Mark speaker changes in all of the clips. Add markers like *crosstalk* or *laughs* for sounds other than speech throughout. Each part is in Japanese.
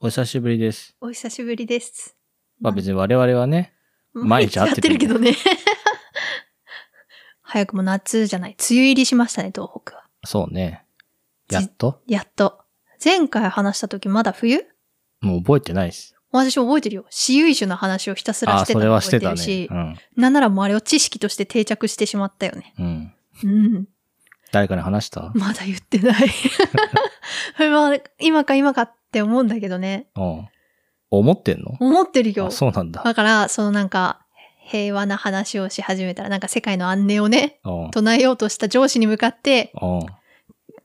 Speaker 1: お久しぶりです。
Speaker 2: お久しぶりです。
Speaker 1: まあ
Speaker 2: ま
Speaker 1: 別に我々はね、毎日会ってる
Speaker 2: 会ってるけどね。 *laughs* 早くも夏じゃない。梅雨入りしましたね、東北は。
Speaker 1: そうね。やっと
Speaker 2: やっと。前回話した時まだ冬
Speaker 1: もう覚えてないし。
Speaker 2: 私覚えてるよ。私有種の話をひたすら
Speaker 1: あ
Speaker 2: し
Speaker 1: あ、
Speaker 2: てた
Speaker 1: それ
Speaker 2: の
Speaker 1: はし
Speaker 2: 覚
Speaker 1: て
Speaker 2: えて
Speaker 1: た
Speaker 2: るし、
Speaker 1: ね。
Speaker 2: なんならもうあれを知識として定着してしまったよね。
Speaker 1: うん。うん。
Speaker 2: うん。
Speaker 1: 誰かに話した
Speaker 2: まだ言ってない。 *laughs* まあ今か今かって思うんだけどね。
Speaker 1: うん。思ってんの
Speaker 2: 思ってるよ
Speaker 1: あ。そうなんだ。
Speaker 2: だから、そのなんか、平和な話をし始めたら、なんか世界の安寧をね、
Speaker 1: うん。うん。
Speaker 2: 唱えようとした上司に向かって、
Speaker 1: あ
Speaker 2: こ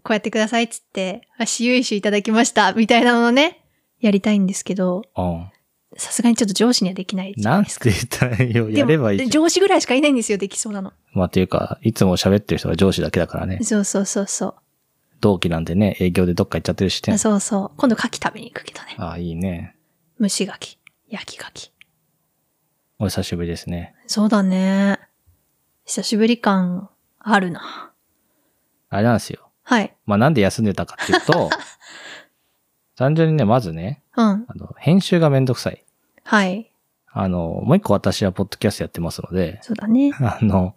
Speaker 2: うやってくださいっつって、あ私有意書いただきました、みたいなのをね、やりたいんですけど、
Speaker 1: あ。
Speaker 2: さすがにちょっと上司にはできないじゃ
Speaker 1: なん
Speaker 2: い
Speaker 1: て言ったらいいよ。
Speaker 2: で
Speaker 1: や
Speaker 2: も
Speaker 1: ればいいじゃん。
Speaker 2: 上司ぐらいしかいないんですよ、できそうなの。
Speaker 1: まあっていうか、いつも喋ってる人が上司だけだからね。
Speaker 2: そうそうそうそう。
Speaker 1: 同期なんでね、営業でどっか行っちゃってるしね。
Speaker 2: そうそう。今度牡蠣食べに行くけどね。
Speaker 1: ああ、いいね。
Speaker 2: 蒸し牡蠣。焼き牡蠣。
Speaker 1: お久しぶりですね。
Speaker 2: そうだね。久しぶり感あるな。
Speaker 1: あれなんですよ。
Speaker 2: はい。
Speaker 1: まあなんで休んでたかっていう
Speaker 2: *laughs*
Speaker 1: と、単純にね、まずね、
Speaker 2: うん。
Speaker 1: あの、編集がめんどくさい。
Speaker 2: はい。
Speaker 1: あの、もう一個私はポッドキャストやってますので、
Speaker 2: そうだね。
Speaker 1: あの、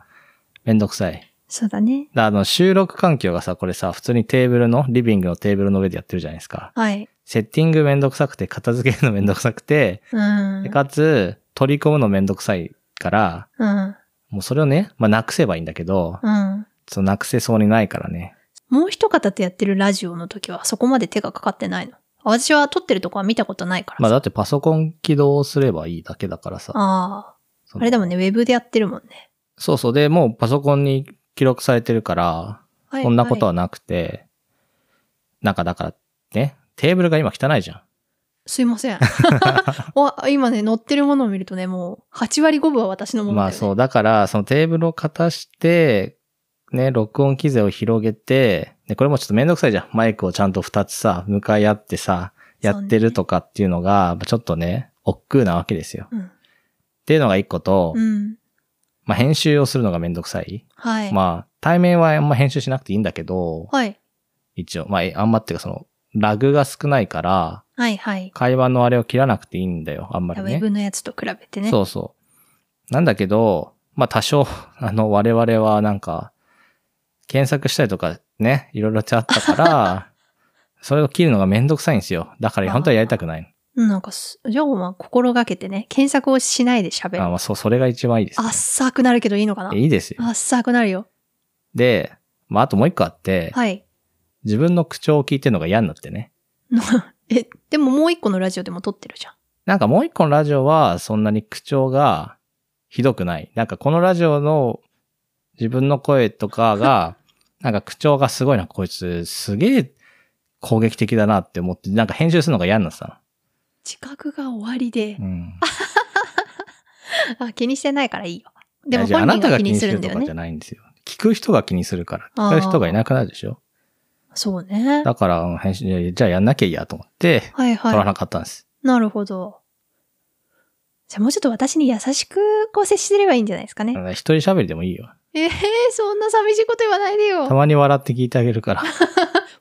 Speaker 1: めんどくさい。
Speaker 2: そうだね。
Speaker 1: あの、収録環境がさ、これさ、普通にテーブルの、リビングのテーブルの上でやってるじゃないですか。
Speaker 2: はい。
Speaker 1: セッティングめんどくさくて、片付けるのめんどくさくて、
Speaker 2: うん。
Speaker 1: でかつ、取り込むのめんどくさいから、
Speaker 2: うん。
Speaker 1: もうそれをね、まあ、なくせばいいんだけど、
Speaker 2: うん。
Speaker 1: そのなくせそうにないからね。
Speaker 2: もう一方とやってるラジオの時はそこまで手がかかってないの。私は撮ってるとこは見たことないからさ。
Speaker 1: まあ、だってパソコン起動すればいいだけだからさ。
Speaker 2: あ
Speaker 1: そ
Speaker 2: あ。
Speaker 1: の
Speaker 2: あれだもんね、ウェブでやってるもんね。
Speaker 1: そうそう。で、もうパソコンに記録されてるから、
Speaker 2: は
Speaker 1: そんなこと
Speaker 2: は
Speaker 1: はなくて、なんかだからね、テーブルが今汚いじゃん。
Speaker 2: い。すい
Speaker 1: *laughs*
Speaker 2: ません。わ今ね、乗ってるものを見るとね、もう8割5分は私のもの
Speaker 1: ま
Speaker 2: だよ、ね。
Speaker 1: あそう、だからそのテーブルをかたして、ね、録音機材を広げて、ね、これもちょっとめんどくさいじゃん。マイクをちゃんと2つさ、向かい合ってさ、やってるとかっていうのが、ちょっとね、億劫なわけですよ。
Speaker 2: うん。
Speaker 1: っていうのが一個と、
Speaker 2: うん。
Speaker 1: まあ編集をするのがめんどくさい。
Speaker 2: はい。
Speaker 1: まあ、対面はあんま編集しなくていいんだけど、
Speaker 2: はい。
Speaker 1: 一応、まあ、あんまっていうかその、ラグが少ないから、
Speaker 2: はいはい。
Speaker 1: 会話のあれを切らなくていいんだよ、あんま
Speaker 2: ウ
Speaker 1: り
Speaker 2: ェ
Speaker 1: ね。
Speaker 2: ブのやつと比べてね。
Speaker 1: そうそう。なんだけど、まあ多少、 *laughs* あの、我々はなんか、検索したりとかね、いろいろってあったから、
Speaker 2: *laughs*
Speaker 1: それを切るのがめんどくさいんですよ。だから本当はやりたくない
Speaker 2: うん。なんかす、じゃあまあ心がけてね、検索をしないで
Speaker 1: の。
Speaker 2: 喋
Speaker 1: あ
Speaker 2: る。
Speaker 1: まあそう、それが一番いいです、
Speaker 2: あっさくなるけどいいのかない
Speaker 1: いですよ。
Speaker 2: あっさくなるよ。
Speaker 1: で、まああともう一個あって、
Speaker 2: はい。
Speaker 1: 自分の口調を聞いてるのが嫌になってね。
Speaker 2: え、でももう一個のラジオでも撮ってるじゃん。
Speaker 1: なんかもう一個のラジオはそんなに口調がひどくない。なんかこのラジオの自分の声とか
Speaker 2: *laughs*
Speaker 1: が、なんか口調がすごいな、こいつすげえ攻撃的だなって思って、なんか編集するのが嫌になってた
Speaker 2: 自覚が終わりで
Speaker 1: の。、うん。
Speaker 2: あ、気にしてないからいいよ。でも
Speaker 1: いや
Speaker 2: 本
Speaker 1: じゃああ
Speaker 2: 人
Speaker 1: なた
Speaker 2: が
Speaker 1: が
Speaker 2: 気
Speaker 1: 気
Speaker 2: に
Speaker 1: に
Speaker 2: す
Speaker 1: す
Speaker 2: る
Speaker 1: る
Speaker 2: ん
Speaker 1: と
Speaker 2: だよ
Speaker 1: かじ
Speaker 2: ね
Speaker 1: ゃ。ないんですよ。聞く人が気にするから。聞く人がいなくなるでしょ。
Speaker 2: そうね。
Speaker 1: だからうん編集、いやじゃあやんなきゃいいやと思って、
Speaker 2: はい
Speaker 1: 撮ら
Speaker 2: は
Speaker 1: なかったんです。
Speaker 2: い。なるほど。じゃあもうちょっと私に優しくこう接してればいいんじゃないですかね。
Speaker 1: うん一人喋りでもいいよ。
Speaker 2: ええそんな寂しいこと言わないで
Speaker 1: た
Speaker 2: よ。
Speaker 1: まに笑って聞いてあげる
Speaker 2: *laughs*
Speaker 1: から。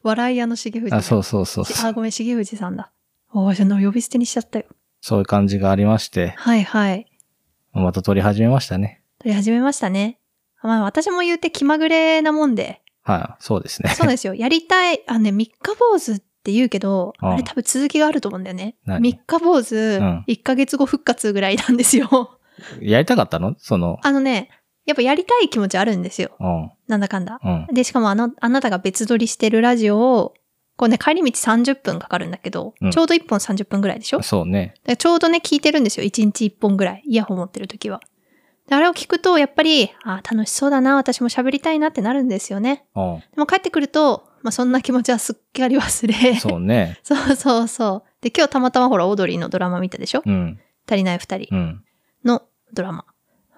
Speaker 2: 笑い屋の重藤さん。
Speaker 1: あそうそうそうそう。
Speaker 2: あ、ごめん、重藤さんだ。おー、その呼び捨てにしちゃったよ。
Speaker 1: そういう感じがありまして、
Speaker 2: はいはい。
Speaker 1: また撮り始めましたね。
Speaker 2: 撮り始めましたね。まあ私も言うて気まぐれなもんで。
Speaker 1: はい、そうですね。
Speaker 2: そうなんで
Speaker 1: *laughs*
Speaker 2: すよ。やりたい。あのね、三日坊主って言うけど、
Speaker 1: うん
Speaker 2: あれ多分続きがあると思うんだよね。
Speaker 1: 何
Speaker 2: 三日坊主、
Speaker 1: ん
Speaker 2: 1ヶ月後復活ぐらいなんですよ。 *laughs*
Speaker 1: やりたかったのその、
Speaker 2: あのね、やっぱやりたい気持ちあるんですよ。
Speaker 1: うん、
Speaker 2: なんだかんだ。
Speaker 1: うん、
Speaker 2: で、しかもあの、あなたが別撮りしてるラジオを、こうね、帰り道30分かかるんだけど、
Speaker 1: うん
Speaker 2: ちょうど1本30分ぐらいでしょだか
Speaker 1: そうね。
Speaker 2: らちょうどね、聞いてるんですよ。1日1本ぐらい。イヤホン持ってる時は。で、あれを聞くと、やっぱり、あー楽しそうだな、私も喋りたいなってなるんですよね。
Speaker 1: うん、
Speaker 2: でも帰ってくると、まあ、そんな気持ちはすっかり忘れ。
Speaker 1: そうね。
Speaker 2: *laughs* そうそうそう。で、今日たまたまほら、オードリーのドラマ見たでしょ
Speaker 1: うん、
Speaker 2: 足りない二人
Speaker 1: うん。
Speaker 2: のドラマ。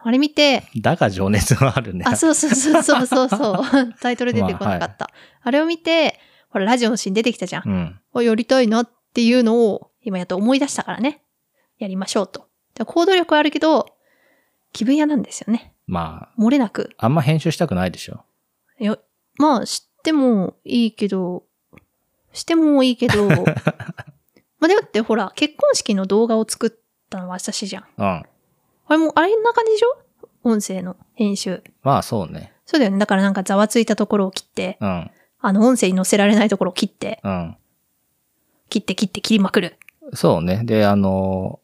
Speaker 2: あれ見て、
Speaker 1: だが情熱はあるね。
Speaker 2: あ、そうそうそうそうそ
Speaker 1: *laughs*
Speaker 2: うそう。タイトル出てこなかった。あれを見て、ほら、ラジオのシーン出てきたじゃん。
Speaker 1: うん、
Speaker 2: あやりたいなっていうのを、今やっと思い出したからね。やりましょうと。で行動力はあるけど、気分屋なんですよね。
Speaker 1: ま
Speaker 2: 漏れなく。
Speaker 1: あ、あんま編集したくないでしょ。
Speaker 2: よ
Speaker 1: *laughs*
Speaker 2: まあ、知ってもいいけど、してもいいけど、ままあ、だってほら、結婚式の動画を作ったのは私じゃん。
Speaker 1: うん。
Speaker 2: あれも、あれんな感じでしょ音声の編集。
Speaker 1: まあそうね。
Speaker 2: そうだよね。だからなんかざわついたところを切って、
Speaker 1: うん。
Speaker 2: あの音声に載せられないところを切って、
Speaker 1: うん。
Speaker 2: 切って切って切りまくる。
Speaker 1: そうね。で、あの、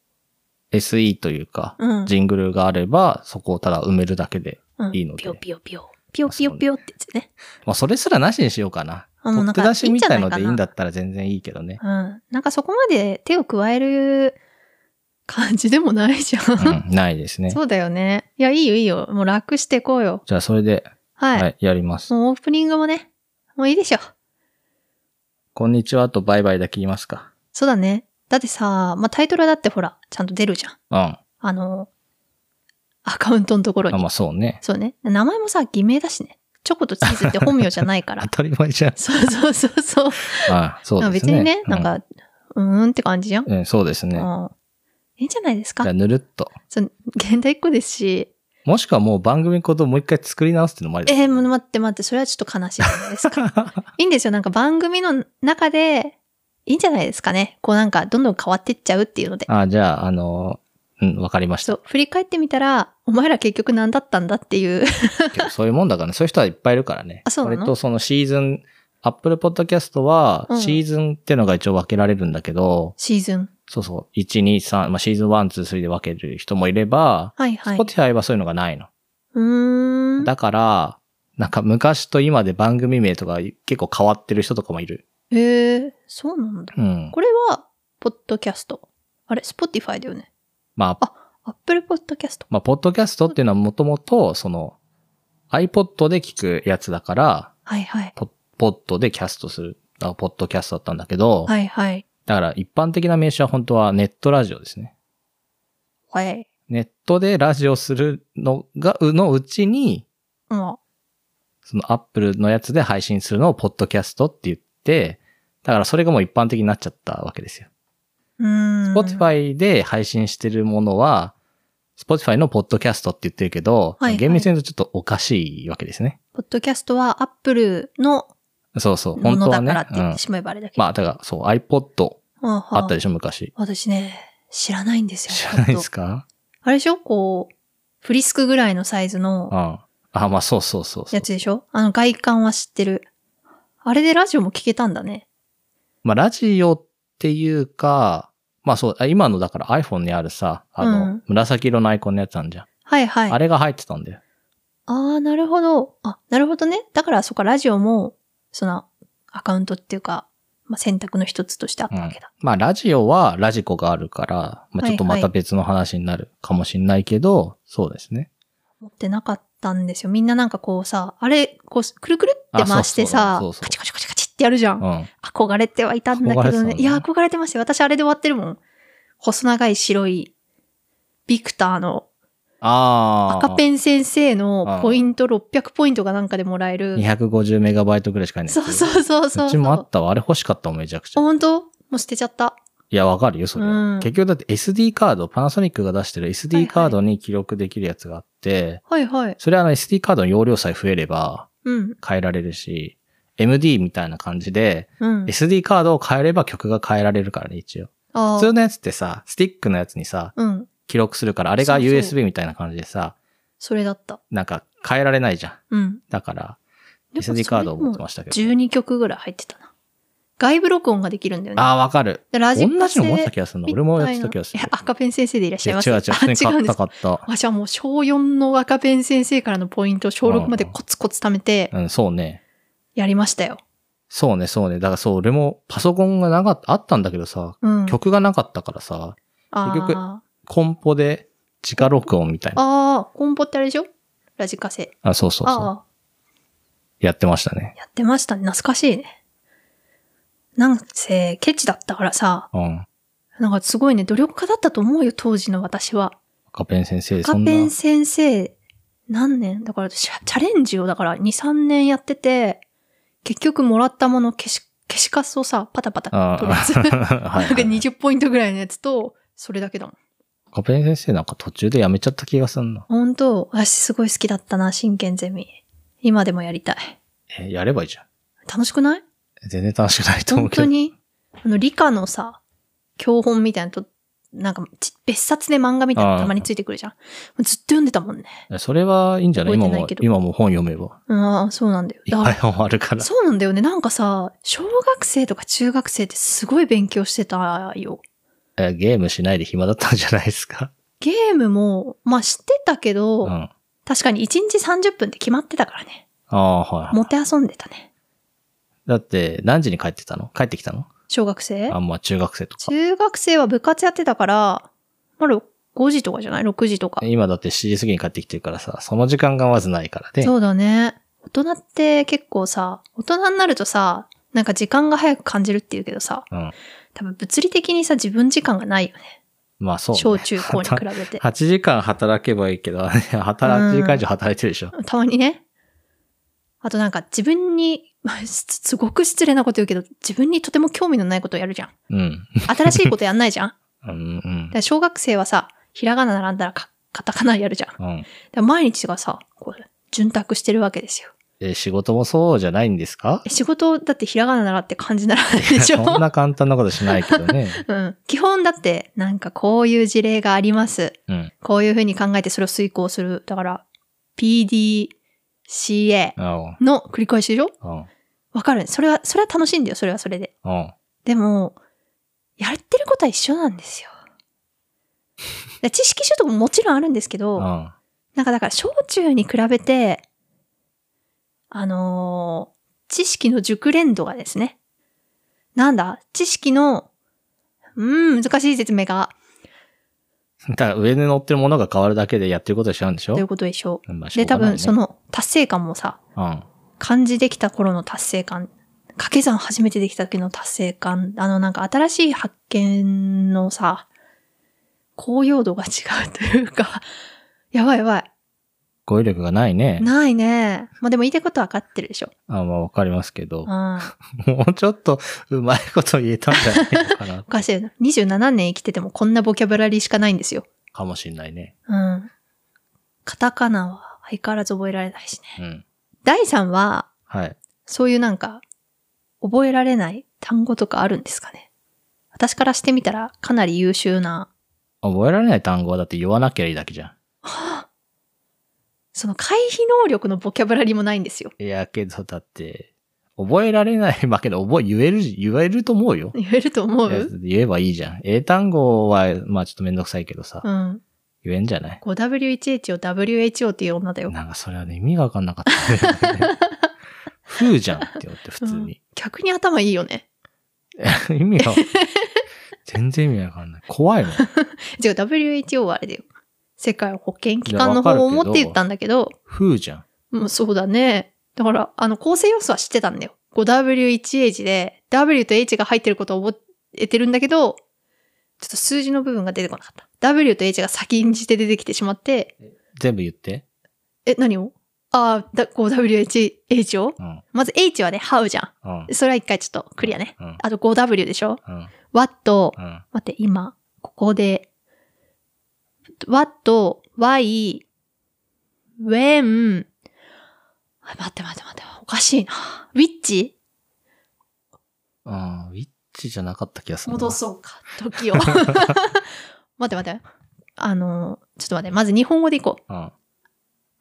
Speaker 1: SE というか、
Speaker 2: うん。
Speaker 1: ジングルがあれば、そこをただ埋めるだけで。
Speaker 2: うん
Speaker 1: いいので
Speaker 2: ピヨピヨピヨ。ピヨピヨピヨってやつね。
Speaker 1: まあそれすらなしにしようかな。
Speaker 2: あ
Speaker 1: 取
Speaker 2: もう
Speaker 1: っ
Speaker 2: なん
Speaker 1: 手
Speaker 2: か
Speaker 1: 出しみたいのでいいんだ
Speaker 2: っ
Speaker 1: ったら全然いいけどね。
Speaker 2: たうん。なんかそこまで手を加える感じでもないじゃん。
Speaker 1: うん、ないですね。
Speaker 2: そうだよね。いや、いいよいいよ。もう楽していこうよ。
Speaker 1: じゃあそれで、
Speaker 2: はい。
Speaker 1: はい、やります。
Speaker 2: もうオープニングもね、もういいでしょ。
Speaker 1: こんにちはとバイバイだけ言いますか。
Speaker 2: そうだね。だってさ、まあ、タイトルはだってほら、ちゃんと出るじゃん。
Speaker 1: うん。あ、
Speaker 2: あの、アカウントのところに。
Speaker 1: まあそうね。
Speaker 2: そうね。名前もさ、偽名だしね。チョコとチーズって本名じゃないから
Speaker 1: *laughs* 当。たり前じゃん。
Speaker 2: そうそうそうそう。
Speaker 1: あそうです
Speaker 2: 別
Speaker 1: ね。
Speaker 2: にね、なん
Speaker 1: う、
Speaker 2: か、うーんって感じじゃん。
Speaker 1: うん、そうですね。
Speaker 2: うん。いいんじゃないです
Speaker 1: じゃあ
Speaker 2: か。
Speaker 1: ぬるっと。
Speaker 2: そう現代っ子ですし。
Speaker 1: もしくはもう番組こともう一回作り直すっていうのもありだ
Speaker 2: えー、もう待って待って、それはちょっと悲しいじゃないですか。いいんですよ。なんか番組の中で、いいんじゃないですかね。こうなんか、どんどん変わってっちゃうっていうので。
Speaker 1: *laughs* あ、じゃあ、あの、うん、わかりまし
Speaker 2: そ
Speaker 1: た。
Speaker 2: う、振り返ってみたら、お前ら結局何だったんだっていう。 *laughs*
Speaker 1: けどそういうもんだからね。そういう人はいっぱいいるからね。
Speaker 2: あそうなの
Speaker 1: 割とそのシーズン、アップルポッドキャストは
Speaker 2: う、ん
Speaker 1: シーズンってのが一応分けられるんだけど、
Speaker 2: シーズン。
Speaker 1: そうそう、1、2、3、まあ、シーズン1、2、3で分ける人もいれば、
Speaker 2: はいはい。
Speaker 1: Spotify はそういうのがないの。
Speaker 2: うーん。
Speaker 1: だから、なんか昔と今で番組名とか結構変わってる人とかもいる。
Speaker 2: えー、そうなんだ。
Speaker 1: うん。
Speaker 2: これは、ポッドキャスト。あれ、スポティファイだよね。
Speaker 1: まあ、
Speaker 2: あアップルポッドキャスト。
Speaker 1: まあ、ポッドキャストっていうのはもともと、その、iPod で聞くやつだから、
Speaker 2: はいはい。
Speaker 1: ポッポッドでキャストする、あポッドキャストだったんだけど、
Speaker 2: はいはい。
Speaker 1: だから一般的な名称は本当はネットラジオですね。
Speaker 2: はい。
Speaker 1: ネットでラジオするのが、うのうちに、
Speaker 2: うん。
Speaker 1: そのアップルのやつで配信するのをポッドキャストって言って、だからそれがもう一般的になっちゃったわけですよ。
Speaker 2: うーん。
Speaker 1: Spotify で配信してるものは、Spotify のポッドキャストって言ってるけど、
Speaker 2: はいはい
Speaker 1: 厳密に言うとちょっとおかしいわけですね。
Speaker 2: ポッドキャストはアップルの
Speaker 1: そうそう、
Speaker 2: も
Speaker 1: 本
Speaker 2: の
Speaker 1: 当は
Speaker 2: だ
Speaker 1: ね
Speaker 2: からって。
Speaker 1: う
Speaker 2: 言っ
Speaker 1: ん
Speaker 2: てしまえばあれだけど。
Speaker 1: まあ、だから、そう、iPod
Speaker 2: あ、は
Speaker 1: あったでしょ、昔。
Speaker 2: 私ね、知らないんですよ。
Speaker 1: 知らないです
Speaker 2: か
Speaker 1: か
Speaker 2: あれでしょこう、フリスクぐらいのサイズの
Speaker 1: うん。あ、まあ、そうそうそうそう
Speaker 2: やつでしょあの外観は知ってる。あれでラジオも聞けたんだね。
Speaker 1: まあ、ラジオっていうか、まあそう、あ今のだから iPhone にあるさ、あの、
Speaker 2: うん
Speaker 1: 紫色のアイコンのやつあるじゃん。
Speaker 2: はいはい。
Speaker 1: あ
Speaker 2: あ
Speaker 1: れが入ってたんだよ。
Speaker 2: あー、なるほど。あ、なるほどね。だから、そっか、ラジオも、その、アカウントっていうか、まあ、選択の一つとしてあっ
Speaker 1: う
Speaker 2: たわ
Speaker 1: ん
Speaker 2: けだ。。
Speaker 1: まあ、ラジオはラジコがあるから、まあ、ちょっとま
Speaker 2: はいは
Speaker 1: た
Speaker 2: い
Speaker 1: 別の話になるかもしれないけど、そうですね。
Speaker 2: 持ってなかったんですよ。みんななんかこうさ、あれ、こう、くるくるって回してさ、
Speaker 1: あそうそうそうそう
Speaker 2: カチカチカチカチってやるじゃん。
Speaker 1: うん。
Speaker 2: 憧れてはいたんだ
Speaker 1: 憧
Speaker 2: け
Speaker 1: れて
Speaker 2: ど
Speaker 1: たんだ
Speaker 2: ね。
Speaker 1: ね
Speaker 2: いや、憧れてましたよ。私、あれで終わってるもん。細長い白い、ビクターの
Speaker 1: ああ。
Speaker 2: 赤ペン先生の
Speaker 1: あー
Speaker 2: ポイント600ポイントがなんかでもらえる。
Speaker 1: 250メガバイトくらいしかないんだ
Speaker 2: そ
Speaker 1: け
Speaker 2: う
Speaker 1: ど
Speaker 2: そうそうそう。
Speaker 1: うちもあったわ。あれ欲しかったもん、めちゃくちゃ。
Speaker 2: 本当もう捨てちゃった。
Speaker 1: いや、わかるよ、それは、
Speaker 2: うん
Speaker 1: 結局だって SD カード、パナソニックが出してる
Speaker 2: はい
Speaker 1: SD カードに記録できるやつがあって、
Speaker 2: はいはい。
Speaker 1: それはあの SD カードの容量さえ増えれば、
Speaker 2: うん。
Speaker 1: 変えられるし、MD みたいな感じで、
Speaker 2: うん。
Speaker 1: SD カードを変えれば曲が変えられるからね、一応。
Speaker 2: あ
Speaker 1: 普
Speaker 2: ー
Speaker 1: 通のやつってさ、スティックのやつにさ、
Speaker 2: うん。
Speaker 1: 記録するから、あれが
Speaker 2: そうそう
Speaker 1: USB みたいな感じでさ、
Speaker 2: それだった。
Speaker 1: なんか変えられないじゃん。
Speaker 2: うん。
Speaker 1: だから、
Speaker 2: でもそれ
Speaker 1: SD カードを持ってましたけど。
Speaker 2: 12曲ぐらい入ってたな。外部録音ができるんだよね。
Speaker 1: ああ、わかる。
Speaker 2: でラ
Speaker 1: 同じ
Speaker 2: ジカセ
Speaker 1: の持ってた気がするの。俺もやってた気がす
Speaker 2: い
Speaker 1: る
Speaker 2: や。赤ペン先生でいらっし
Speaker 1: い
Speaker 2: ゃい
Speaker 1: や
Speaker 2: ます。
Speaker 1: 違う違う、普通に
Speaker 2: あ違う
Speaker 1: 買
Speaker 2: ん
Speaker 1: っ
Speaker 2: で
Speaker 1: た
Speaker 2: す。
Speaker 1: 買った。
Speaker 2: 私はもう小4の赤ペン先生からのポイントを小6までコツコツ貯めて
Speaker 1: うん、そうね。
Speaker 2: やりましたよ。
Speaker 1: そうね、そうね。だからそう、俺もパソコンがなかった、あったんだけどさ、
Speaker 2: うん。
Speaker 1: 曲がなかったからさ、
Speaker 2: あ
Speaker 1: 結局
Speaker 2: ー
Speaker 1: コンポで直録音みたいな。
Speaker 2: あー、コンポってあれでしょラジカセ。
Speaker 1: あ、そうそうそう。
Speaker 2: あ
Speaker 1: やってましたね
Speaker 2: あ、。やってましたね。懐かしいね。なんせ、ケチだったからさ、
Speaker 1: うん。
Speaker 2: なんかすごいね、努力家だったと思うよ、当時の私は。
Speaker 1: 赤ペン先生、
Speaker 2: 赤
Speaker 1: そんな
Speaker 2: ペ。ン先生、何年だから、チャチャレンジを、だから2、3年やってて、結局もらったもの消し、消しカスをさ、パタパタ
Speaker 1: あ
Speaker 2: 取るやつ。なんか
Speaker 1: あ *laughs* はいはい
Speaker 2: 20ポイントぐらいのやつと、それだけだもん。
Speaker 1: 赤ペン先生なんか途中でやめちゃった気がすんな。
Speaker 2: 本当私すごい好きだったな、真剣ゼミ。今でもやりたい。
Speaker 1: え、やればいいじゃ
Speaker 2: 楽しくない
Speaker 1: ん。全然楽しくないと思
Speaker 2: 本
Speaker 1: うけ
Speaker 2: 当
Speaker 1: ど。
Speaker 2: にあの、理科のさ、教本みたいなのと、なんかち別冊で漫画みたいな
Speaker 1: あ
Speaker 2: の
Speaker 1: ー
Speaker 2: たまについてくるじゃん。もうずっと読んでたもんね。
Speaker 1: それはいいんじゃない
Speaker 2: 覚
Speaker 1: 今
Speaker 2: えてない
Speaker 1: も
Speaker 2: け、ど
Speaker 1: 今も本読めば。
Speaker 2: ああ、そうなんだよ。
Speaker 1: いっ
Speaker 2: だ
Speaker 1: ぱい本あるから。
Speaker 2: そうなんだよね。なんかさ、小学生とか中学生ってすごい勉強してたよ。
Speaker 1: えゲームしないで暇だったんじゃないですか。
Speaker 2: ゲームも、まあしてたけど、
Speaker 1: うん。あ
Speaker 2: 確かに1日30分って決まってたからね。
Speaker 1: あ、はいは
Speaker 2: もて遊んでたね。
Speaker 1: い。だって、何時に帰ってたの帰ってきたの
Speaker 2: 小学生
Speaker 1: あんまあ中学生とか。
Speaker 2: 中学生は部活やってたから、まだ5時とかじゃない ?6 時とか。
Speaker 1: 今だって7時過ぎに帰ってきてるからさ、その時間がまずないからね。
Speaker 2: そうだね。大人って結構さ、大人になるとさ、なんか時間が早く感じるっていうけどさ、
Speaker 1: うん。
Speaker 2: 多分物理的にさ、自分時間がないよね。
Speaker 1: まあそう、ね。
Speaker 2: 小中高
Speaker 1: *laughs*
Speaker 2: に比べて。 *laughs*
Speaker 1: 8時間働けばいいけど、 *laughs* 働8時間以上働いてるでしょ。
Speaker 2: たまにね。あとなんか自分に、 *laughs* まあすすごく失礼なこと言うけど、自分にとても興味のないことをやるじゃん。
Speaker 1: うん。
Speaker 2: 新しいことやんない
Speaker 1: *laughs*
Speaker 2: じゃん。だか
Speaker 1: うん、うん。
Speaker 2: ら小学生はさ、ひらがな並んだらかカタカナやるじゃん。だか
Speaker 1: うん。
Speaker 2: ら毎日がさ、こう、潤沢してるわけですよ。
Speaker 1: え、仕事もそうじゃないんですか
Speaker 2: え仕事だってひらがな習って感じならないでしょ
Speaker 1: *laughs* そんな簡単なことしないけどね。
Speaker 2: *laughs* うん。基本だって、なんかこういう事例があります。
Speaker 1: うん。
Speaker 2: こういうふうに考えてそれを遂行する。だから、PDCA
Speaker 1: うん。
Speaker 2: の繰り返しでしょ
Speaker 1: うん。
Speaker 2: わかるそれは、それは楽しいんだよ。それはそれで。
Speaker 1: うん。
Speaker 2: でも、やってることは一緒なんです *laughs* よ。で知識習得ももちろんあるんですけど、
Speaker 1: うん。
Speaker 2: なんかだから小中に比べて、あのー知識の熟練度がですね。なんだ知識の、うーん、難しい説明が、
Speaker 1: *laughs* だから上に乗ってるものが変わるだけでやってることは違うんでしょ
Speaker 2: ということでしょう。
Speaker 1: まあしょう
Speaker 2: で、
Speaker 1: が
Speaker 2: 多
Speaker 1: ないね
Speaker 2: 分その達成感もさ、
Speaker 1: うん。
Speaker 2: 感じできた頃の達成感、掛け算初めてできた時の達成感、あのなんか新しい発見のさ、高揚度が違うというか、 *laughs* やばいやばい。
Speaker 1: 語彙力がないね。
Speaker 2: ないね。まあでも言いたいことは分かってるでしょ。
Speaker 1: あまあわかりますけど
Speaker 2: う、ん。
Speaker 1: *laughs* もうちょっとうまいこと言えたんじゃないのかな
Speaker 2: おかしいよな。27年生きててもこんなボキャブラリーしかないんですよ。
Speaker 1: かもしんないね。
Speaker 2: うん。カタカナは相変わらず覚えられないしね。
Speaker 1: うん。
Speaker 2: 第3は、
Speaker 1: はい。
Speaker 2: そういうなんか、覚えられない単語とかあるんですかね。私からしてみたらかなり優秀な、
Speaker 1: 覚えられない単語はだって言わなきゃいいだけじゃ
Speaker 2: その回避能力のボキャブラリーもないんですよ。 *laughs*
Speaker 1: ん。いや、けどだって、覚えられないわけど、覚え、言える、言えると思うよ。
Speaker 2: 言えると思
Speaker 1: いや
Speaker 2: う
Speaker 1: 言えばいいじゃん。英単語は、まあちょっとめんどくさいけどさ、
Speaker 2: うん。
Speaker 1: 言えんじゃない
Speaker 2: 5W1H を WHO っていう女だよ。
Speaker 1: なんかそれはね、意味がわかんなかった、 *laughs* ね。風じゃんって思って、普通
Speaker 2: *laughs*
Speaker 1: に。
Speaker 2: 逆に頭いいよね。
Speaker 1: 意味が、全然意味がわかんない。怖いもん。
Speaker 2: 違う、WHO はあれだよ。世界保健機関の方を持って言ったんだけど、
Speaker 1: 風じゃん。
Speaker 2: うん、そうだね。だから、あの、構成要素は知ってたんだよ。5W1H で、W と H が入ってることを覚えてるんだけど、ちょっと数字の部分が出てこなかった。W と H が先んじて出てきてしまって、
Speaker 1: 全部言って。
Speaker 2: え、何をああ、だ 5WH を
Speaker 1: うん。
Speaker 2: まず H はね、How じゃ
Speaker 1: うん
Speaker 2: ん。。それは一回ちょっとクリアね。
Speaker 1: うん。
Speaker 2: あと 5W でしょ
Speaker 1: うん。
Speaker 2: ?What、
Speaker 1: うん。
Speaker 2: 待って、今、ここで、what, why, when, あ待って待って待って、おかしいな。which?
Speaker 1: うん。ウィッチじゃなかった気がするな。
Speaker 2: 戻そうか、時を。 *laughs* 待って待って。あの、ちょっと待って、まず日本語でいこう。
Speaker 1: うん。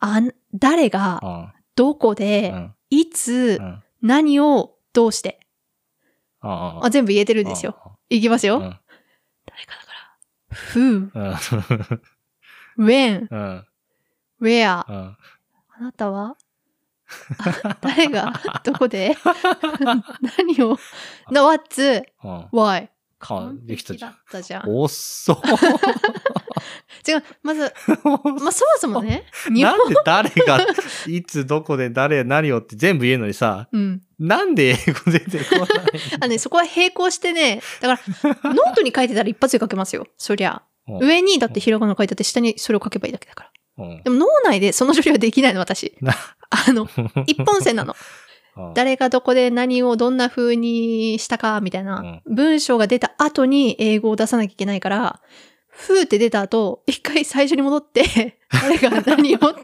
Speaker 2: あん、誰が
Speaker 1: う、ん。
Speaker 2: どこ
Speaker 1: う
Speaker 2: で、
Speaker 1: ん。
Speaker 2: いつ
Speaker 1: う、ん。
Speaker 2: 何を、どうして。
Speaker 1: あ
Speaker 2: あ、全部言えてるんですよ。。いきます
Speaker 1: う
Speaker 2: よ。
Speaker 1: ん。うん
Speaker 2: 誰かだから。who,
Speaker 1: うん。
Speaker 2: when,
Speaker 1: うん。
Speaker 2: where,
Speaker 1: うん。
Speaker 2: あな
Speaker 1: *laughs*
Speaker 2: たはあ誰がどこで *laughs* 何をの ?What's?
Speaker 1: うん。
Speaker 2: Why?
Speaker 1: か、できたじゃん
Speaker 2: 完璧。だったじゃん。
Speaker 1: おっ
Speaker 2: *laughs*
Speaker 1: そ。 *laughs*
Speaker 2: 違う、まず、まあ、そもそもね、日
Speaker 1: な
Speaker 2: 本、
Speaker 1: んで誰が、いつ、どこで、誰、何をって全部言えるのにさ、
Speaker 2: うん。
Speaker 1: なんで英語出てこ
Speaker 2: あ *laughs* のね、そこは並行してね、
Speaker 1: *laughs*
Speaker 2: だから、ノートに書いてたら一発で書けますよ。そりゃ。
Speaker 1: ない
Speaker 2: 上に、だってひらがな書いてあって、下にそれを書けばいいだけだから。
Speaker 1: うん
Speaker 2: でも脳内でその処理はできないの、私
Speaker 1: な。
Speaker 2: あの、一本線なの。
Speaker 1: うん
Speaker 2: 誰がどこで何をどんな風にしたか、みたいな。文章が出た後に英語を出さなきゃいけないから、ふーって出た後、一回最初に戻って、 *laughs* 誰が何をって、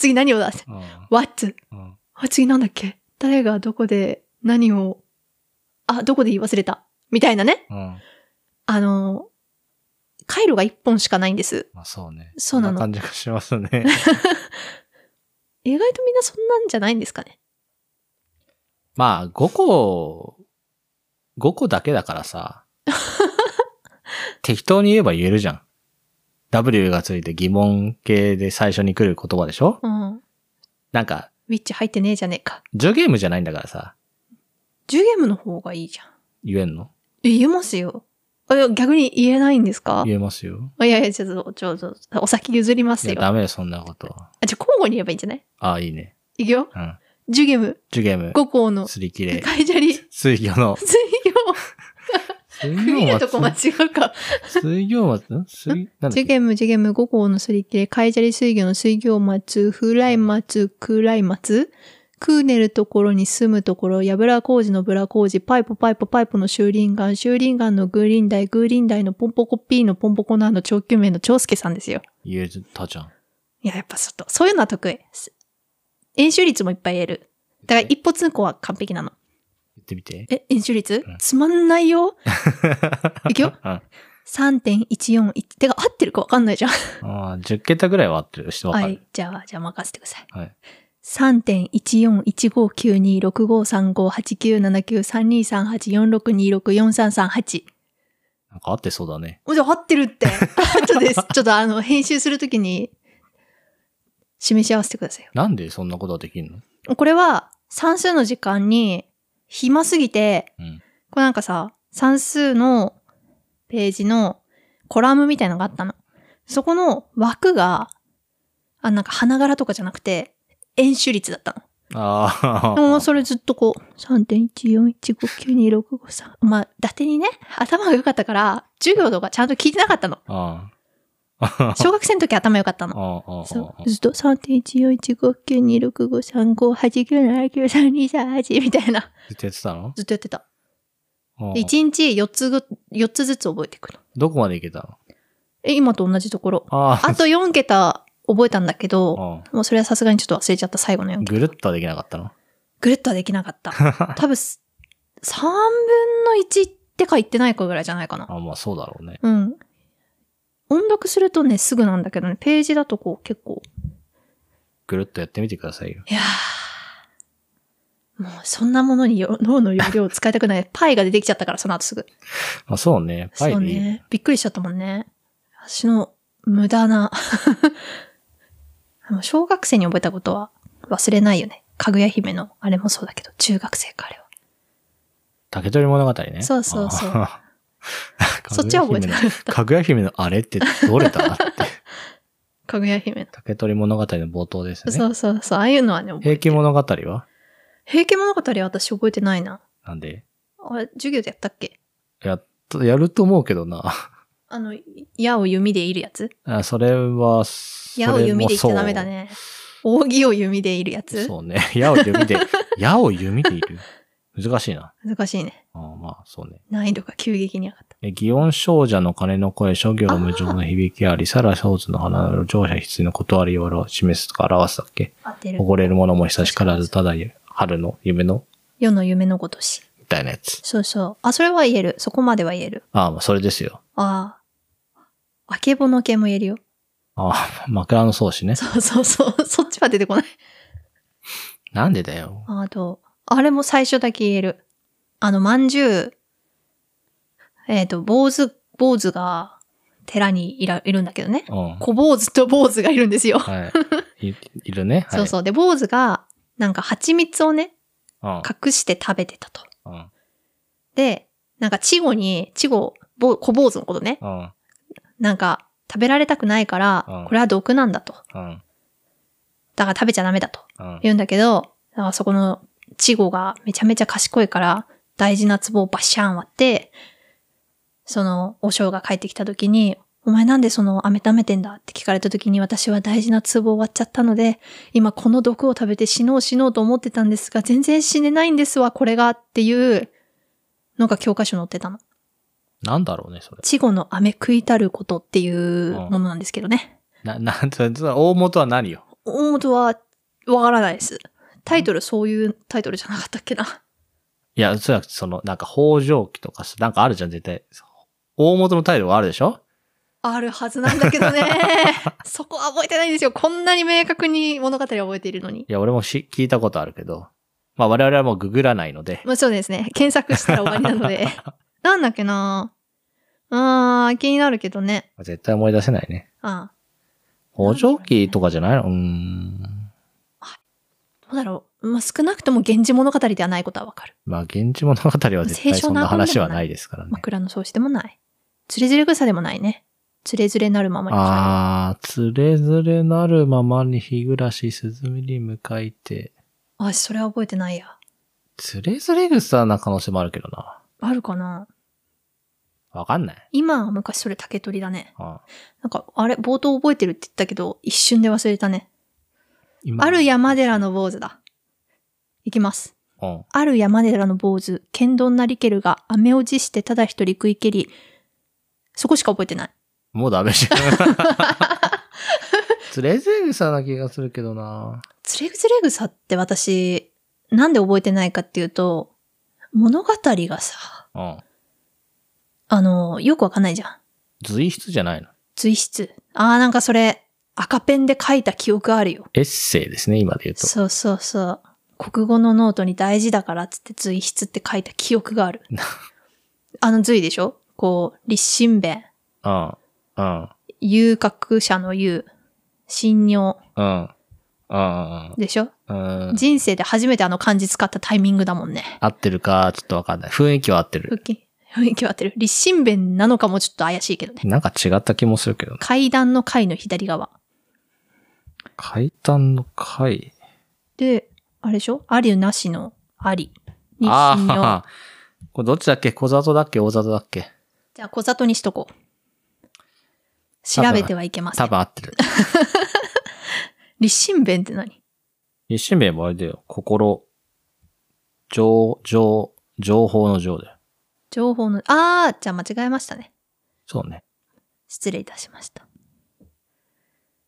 Speaker 2: 次何を出す
Speaker 1: うん
Speaker 2: ?what?
Speaker 1: うん
Speaker 2: あ、次なんだっけ誰がどこで何を、あ、どこで言い忘れたみたいなね。
Speaker 1: うん
Speaker 2: あの、回路が一本しかないんです。
Speaker 1: まあそうね。
Speaker 2: そうなの
Speaker 1: ん感じがしますね。
Speaker 2: 意外とみんなそんなんじゃないんですかね。
Speaker 1: まあ5個、5個だけだから
Speaker 2: *laughs*
Speaker 1: さ。適当に言えば言えるじゃん。W がついて疑問系で最初に来る言葉でしょ
Speaker 2: うん。ウ
Speaker 1: なんか、
Speaker 2: ィッチ入ってねえじゃねえか。
Speaker 1: 10ゲームじゃないんだからさ、
Speaker 2: 10ゲームの方がいいじゃん。
Speaker 1: 言えんの
Speaker 2: え言えますよ。あいや逆に言えないんですか
Speaker 1: 言えますよ。
Speaker 2: あいやいや、ちょっと、ちょっと、お先譲りま
Speaker 1: い
Speaker 2: す
Speaker 1: や、
Speaker 2: よ。
Speaker 1: ダメよ、そんなことは。
Speaker 2: あ、じゃあ交互に言えばいいんじゃない
Speaker 1: ああ、いいね。
Speaker 2: いくよ。
Speaker 1: うん。
Speaker 2: 10ゲーム、
Speaker 1: 10ゲーム、
Speaker 2: 5校の、
Speaker 1: すり切れ、
Speaker 2: カイジャリ、
Speaker 1: 水魚の、
Speaker 2: 水曜、
Speaker 1: 水
Speaker 2: 区切るとこ間違うか。
Speaker 1: 水魚松ん水、なんだ
Speaker 2: ジュゲム、ジュゲム、5校のすり切れ、カイジャリ水魚の水魚松、フライ松、クライ松、クーネルところに住むところ、ヤブラ工事のブラ工事、パイポパイポパイポのシューリンガン、シューリンガンのグーリンダイ、グーリンダイのポンポコピーのポンポコナーの長久名の長介さんですよ。
Speaker 1: 言えたじゃん。
Speaker 2: いや、やっぱちょっと、そういうのは得意。す演習率もいっぱい得る。だから一歩通行は完璧なの。
Speaker 1: 言ってみて。
Speaker 2: え、演習率、
Speaker 1: うん
Speaker 2: つまんな
Speaker 1: *laughs*
Speaker 2: いよ。いくよ。
Speaker 1: うん。あ
Speaker 2: 3.141。てか、合ってるかわかんないじゃん。
Speaker 1: あ、10桁ぐらいは合ってる人わ
Speaker 2: は
Speaker 1: かる
Speaker 2: い。。じゃあ、じゃあ任せてください。
Speaker 1: はい。
Speaker 2: 3.1415926535897939238423846264338。
Speaker 1: なんか合ってそうだね。
Speaker 2: おじゃあ合ってる
Speaker 1: *laughs*
Speaker 2: って。後です。ちょっとあの、編集するときに、示し合わせてくださいよ
Speaker 1: なんでそんなことができるの。
Speaker 2: これは、算数の時間に、暇すぎて、
Speaker 1: うん。
Speaker 2: これなんかさ、算数のページのコラムみたいのがあったの。そこの枠が、あ、なんか花柄とかじゃなくて、円周率だったの。
Speaker 1: あ
Speaker 2: もう
Speaker 1: あ。
Speaker 2: それずっとこう、3.141592653。まあ、伊達にね、頭が良かったから、授業とかちゃんと聞いてなかったの。
Speaker 1: ああ。
Speaker 2: 小学生の時頭良かったの。
Speaker 1: ああ。
Speaker 2: そうずっと3.1415926535897932338みたいな。
Speaker 1: ずっとやってたの
Speaker 2: ずっとやってた。
Speaker 1: うん
Speaker 2: で1日4つぐ、4つずつ覚えていくの。
Speaker 1: どこまでいけたの
Speaker 2: え、今と同じとこ *laughs* ろ。
Speaker 1: あ
Speaker 2: あと4桁覚えたんだけ
Speaker 1: あ。
Speaker 2: ど、もうそれはさすがにちょっと忘れちゃった最後の4
Speaker 1: うん
Speaker 2: 桁。
Speaker 1: ぐるっとはできなかったの
Speaker 2: ぐるっとはできなかった。 *laughs* 多分す、3分の1ってか言ってないかぐらいじゃないかな。
Speaker 1: あまあそうだろうね。
Speaker 2: うん。音読するとね、すぐなんだけどね、ページだとこう結構、
Speaker 1: ぐるっとやってみてくださいよ。
Speaker 2: いやーもうそんなものによ脳の容量を使いたくない。パイが出てきちゃったから、その後すぐ。
Speaker 1: まあそうね。パ
Speaker 2: そう
Speaker 1: イでいい。
Speaker 2: ね。びっくりしちゃったもんね。私の無駄な。 *laughs* あの小学生に覚えたことは忘れないよね。かぐや姫のあれもそうだけど、中学生かあれは。
Speaker 1: 竹取物語ね。
Speaker 2: そうそうそう
Speaker 1: あ *laughs* あ
Speaker 2: そっちは覚えてなかっ
Speaker 1: かぐや姫のかぐや姫のあれってどれ
Speaker 2: *laughs*
Speaker 1: だって。
Speaker 2: た。 *laughs* かぐや姫の。
Speaker 1: 竹取物語の冒頭ですね。
Speaker 2: そうそうそう。ああいうのはね、覚え
Speaker 1: 平
Speaker 2: て
Speaker 1: 家
Speaker 2: る。
Speaker 1: 物語は
Speaker 2: 平家物語は私覚えてないな。
Speaker 1: なんで
Speaker 2: あれ、授業でやったっけ
Speaker 1: やっと、やると思うけどな。
Speaker 2: あの、矢を弓でいるやつ
Speaker 1: あそれは、それ
Speaker 2: 矢
Speaker 1: も
Speaker 2: を弓でいっ
Speaker 1: そ
Speaker 2: ち
Speaker 1: う
Speaker 2: ゃダメだ。ね。扇を弓でいるやつ
Speaker 1: そうね。 *laughs* 矢を弓
Speaker 2: *laughs*
Speaker 1: で、矢を弓でいる。難しいな。
Speaker 2: 難しいね。
Speaker 1: あまあ、そうね。
Speaker 2: 難易度が急激に上がった。
Speaker 1: え祇園少女の鐘の声、諸行無常の響きあり、さら小図の花の乗車必須の断りを示すとか表すだっけ
Speaker 2: 当てる。
Speaker 1: 誇れるものも久しからず、ただ春の夢の、
Speaker 2: 世の夢のごとし。
Speaker 1: みたいなやつ。
Speaker 2: そうそう。あ、それは言える。そこまでは言える。
Speaker 1: ああ、まあ、それですよ。
Speaker 2: ああ。あけぼの系も言えるよ。
Speaker 1: ああ、枕の草子ね。
Speaker 2: そうそうそう。 *laughs* そっちは出てこない。
Speaker 1: なんでだよ。
Speaker 2: あと、あれも最初だけ言える。あの、まんじゅう、えっ、と、坊主、坊主が寺にいらいるんだけどね。
Speaker 1: うん。は
Speaker 2: 小坊主と坊主がいるんですよ。
Speaker 1: い。いいるね。はい、
Speaker 2: *laughs* そうそう。で、坊主が、なんか蜂蜜をね、
Speaker 1: うん。
Speaker 2: 隠して食べてたと。
Speaker 1: うん。
Speaker 2: で、なんか、チゴに、チゴ、ぼ小坊主のことね。
Speaker 1: うん。
Speaker 2: なんか、食べられたくないから、
Speaker 1: うん
Speaker 2: これは毒なんだと。
Speaker 1: うん。
Speaker 2: だから食べちゃダメだと。
Speaker 1: うん。
Speaker 2: 言うんだけど、なんかそこのチゴがめちゃめちゃ賢いから、大事な壺をバシャン割って、その、お尚が帰ってきた時に、お前なんでその飴舐めてんだって聞かれた時に私は大事な壺を割っちゃったので、今この毒を食べて死のう死のうと思ってたんですが、全然死ねないんですわ、これがっていうのが教科書に載ってたの。
Speaker 1: なんだろうね、それ。
Speaker 2: チゴの飴食いたることっていうものなんですけどね。
Speaker 1: な、なんと、大元は何よ。
Speaker 2: 大本はわからないです。タイトルそういうタイトルじゃなかったっけな。
Speaker 1: いや、そうや、その、なんか、北条記とかさ、なんかあるじゃん、絶対。大元の態度はあるでしょ
Speaker 2: あるはずなんだけどね。そこは覚えてないんですよ。こんなに明確に物語を覚えているのに。
Speaker 1: いや、俺もし聞いたことあるけど。まあ我々はもうググらないので。
Speaker 2: まあそうですね。検索したら終わりなので。なんだっけなうーん、気になるけどね。
Speaker 1: 絶対思い出せないね。
Speaker 2: あ
Speaker 1: 補助機とかじゃないのうーん。
Speaker 2: あどうだろう。まあ少なくとも源氏物語ではないことはわかる。
Speaker 1: まあ、現地物語は絶対そんな話はないですからね。
Speaker 2: 枕の子でもない。つれづれ草でもないね。つれづれなるままに光る。
Speaker 1: あー、つれづれなるままに日暮らし涼みに向かいて。
Speaker 2: あ、それは覚えてないや。
Speaker 1: つれづれ草な可能性もあるけどな。
Speaker 2: あるかな
Speaker 1: わかんない。
Speaker 2: 今は昔それ竹取だね。
Speaker 1: あ
Speaker 2: なんか、あれ、冒頭覚えてるって言ったけど、一瞬で忘れたね。
Speaker 1: 今
Speaker 2: ある山寺の坊主だ。いきます。
Speaker 1: うん。
Speaker 2: ある山寺の坊主、剣道なりけるが、飴を辞してただ一人食い蹴り、そこしか覚えてない。
Speaker 1: もうダメじゃん。つれづれ草な気がするけどな。
Speaker 2: つれぐつれ草って私、なんで覚えてないかっていうと、物語がさ、
Speaker 1: うん。
Speaker 2: あの、よくわかんないじゃん。
Speaker 1: 随筆じゃないの。
Speaker 2: 随筆。あーなんかそれ、赤ペンで書いた記憶あるよ。
Speaker 1: エッセイですね、今で言うと。
Speaker 2: そうそうそう。国語のノートに大事だからっつって随筆って書いた記憶がある。あの随でしょこう、立身弁、
Speaker 1: うん。うん。
Speaker 2: 遊郭者の遊、信尿
Speaker 1: うん。うん。
Speaker 2: でしょ、
Speaker 1: うん。
Speaker 2: 人生で初めてあの漢字使ったタイミングだもんね。
Speaker 1: 合ってるか、ちょっとわかんない。雰囲気は合ってる。
Speaker 2: 雰囲雰囲気は合ってる。立身弁なのかもちょっと怪しいけどね。
Speaker 1: なんか違った気もするけどね。
Speaker 2: 階段の階の左側。
Speaker 1: 階段の階。
Speaker 2: で、あれでしょありなしのありに信尿。
Speaker 1: ああ。これどっちだっけ小里だっけ大里だっけ
Speaker 2: じゃあ小里にしとこう。調べてはいけませ
Speaker 1: 多
Speaker 2: ん。
Speaker 1: 分合ってる。
Speaker 2: 立身弁って何
Speaker 1: 一心名もあれだよ。心。情、情、情報の情だよ。
Speaker 2: 情報の、あー、じゃあ間違えましたね。
Speaker 1: そうね。
Speaker 2: 失礼いたしました。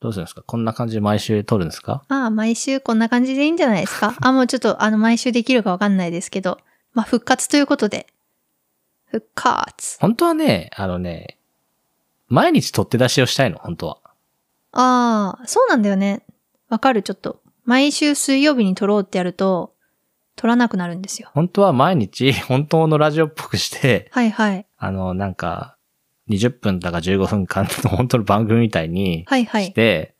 Speaker 1: どうするんですかこんな感じで毎週撮るんですか
Speaker 2: あー、毎週こんな感じでいいんじゃないですか。あ、もうちょっと、あの、毎週できるかわかんないですけど、まあ、復活ということで。復活。
Speaker 1: 本当はね、あのね、毎日撮って出しをしたいの、本当は。
Speaker 2: あー、そうなんだよね。わかる、ちょっと。毎週水曜日に撮ろうってやると、撮らなくなるんですよ。
Speaker 1: 本当は毎日、 *laughs* 本当のラジオっぽくして、
Speaker 2: はいはい。
Speaker 1: あの、なんか、20分だか15分間の本当の番組みたいに
Speaker 2: はいは
Speaker 1: し
Speaker 2: い。
Speaker 1: て、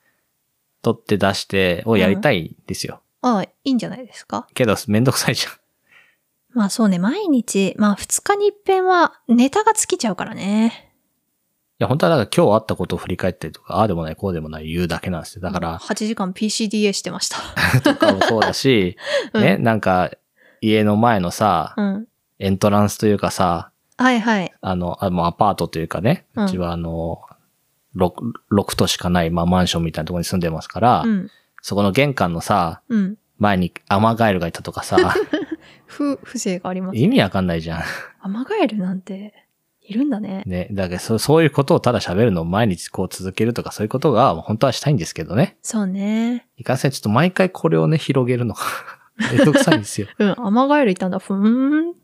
Speaker 1: 撮って出してをやりたいんですよ。
Speaker 2: あー、いいんじゃないですか。
Speaker 1: けど、めんどくさいじゃん。
Speaker 2: まあそうね、毎日、まあ2日に一遍はネタが尽きちゃうからね。
Speaker 1: いや、本当はなんか今日あったことを振り返ったりとか、ああでもない、こうでもない言うだけなんですよ。だから、
Speaker 2: 8時間 PCDA してました。
Speaker 1: とかもそうだし、
Speaker 2: *laughs* う
Speaker 1: *laughs*
Speaker 2: ん
Speaker 1: ね、なんか、家の前のさ
Speaker 2: う、ん。
Speaker 1: エントランスというかさ、
Speaker 2: はいはい。
Speaker 1: あの、あもうアパートというかね、
Speaker 2: うん
Speaker 1: うちはあの、6、六としかない、まあ、マンションみたいなところに住んでますから、
Speaker 2: うん。
Speaker 1: そこの玄関のさ、
Speaker 2: うん。
Speaker 1: 前にアマガエルがいたとかさ、
Speaker 2: *laughs* ふ、風情があります。
Speaker 1: 意味わかんないじゃん。
Speaker 2: アマガエルなんて、いるんだね。
Speaker 1: ね、だけどそ、そういうことをただ喋るのを毎日こう続けるとか、そういうことがもう本当はしたいんですけどね。
Speaker 2: そうね。
Speaker 1: いかんせんちょっと毎回これをね、広げるのが、 *laughs* めんどくさいんです
Speaker 2: *laughs*
Speaker 1: よ。
Speaker 2: うん、アマガエルいたんだ。ふーん。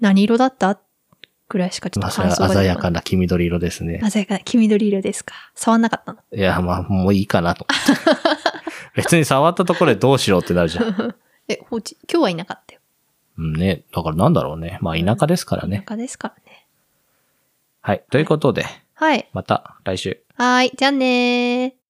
Speaker 2: 何色だったくらいしかちょっ
Speaker 1: まあ、
Speaker 2: と
Speaker 1: それ
Speaker 2: 感想
Speaker 1: は
Speaker 2: が出
Speaker 1: 鮮
Speaker 2: て
Speaker 1: や
Speaker 2: こな
Speaker 1: か
Speaker 2: い。
Speaker 1: な黄緑色ですね。
Speaker 2: 鮮やかな。黄緑色ですか。触んなかったの。
Speaker 1: いや、まあ、もういいかな
Speaker 2: *laughs*
Speaker 1: と。別に触ったところでどうしようってなるじゃん。
Speaker 2: *laughs* え、放置。今日はいなかったよ。
Speaker 1: うんね。だからなんだろうね。まあ、田舎ですからね。
Speaker 2: 田舎ですからね。
Speaker 1: はい。ということで、
Speaker 2: はい。
Speaker 1: また来週。
Speaker 2: はーい。じゃあねー。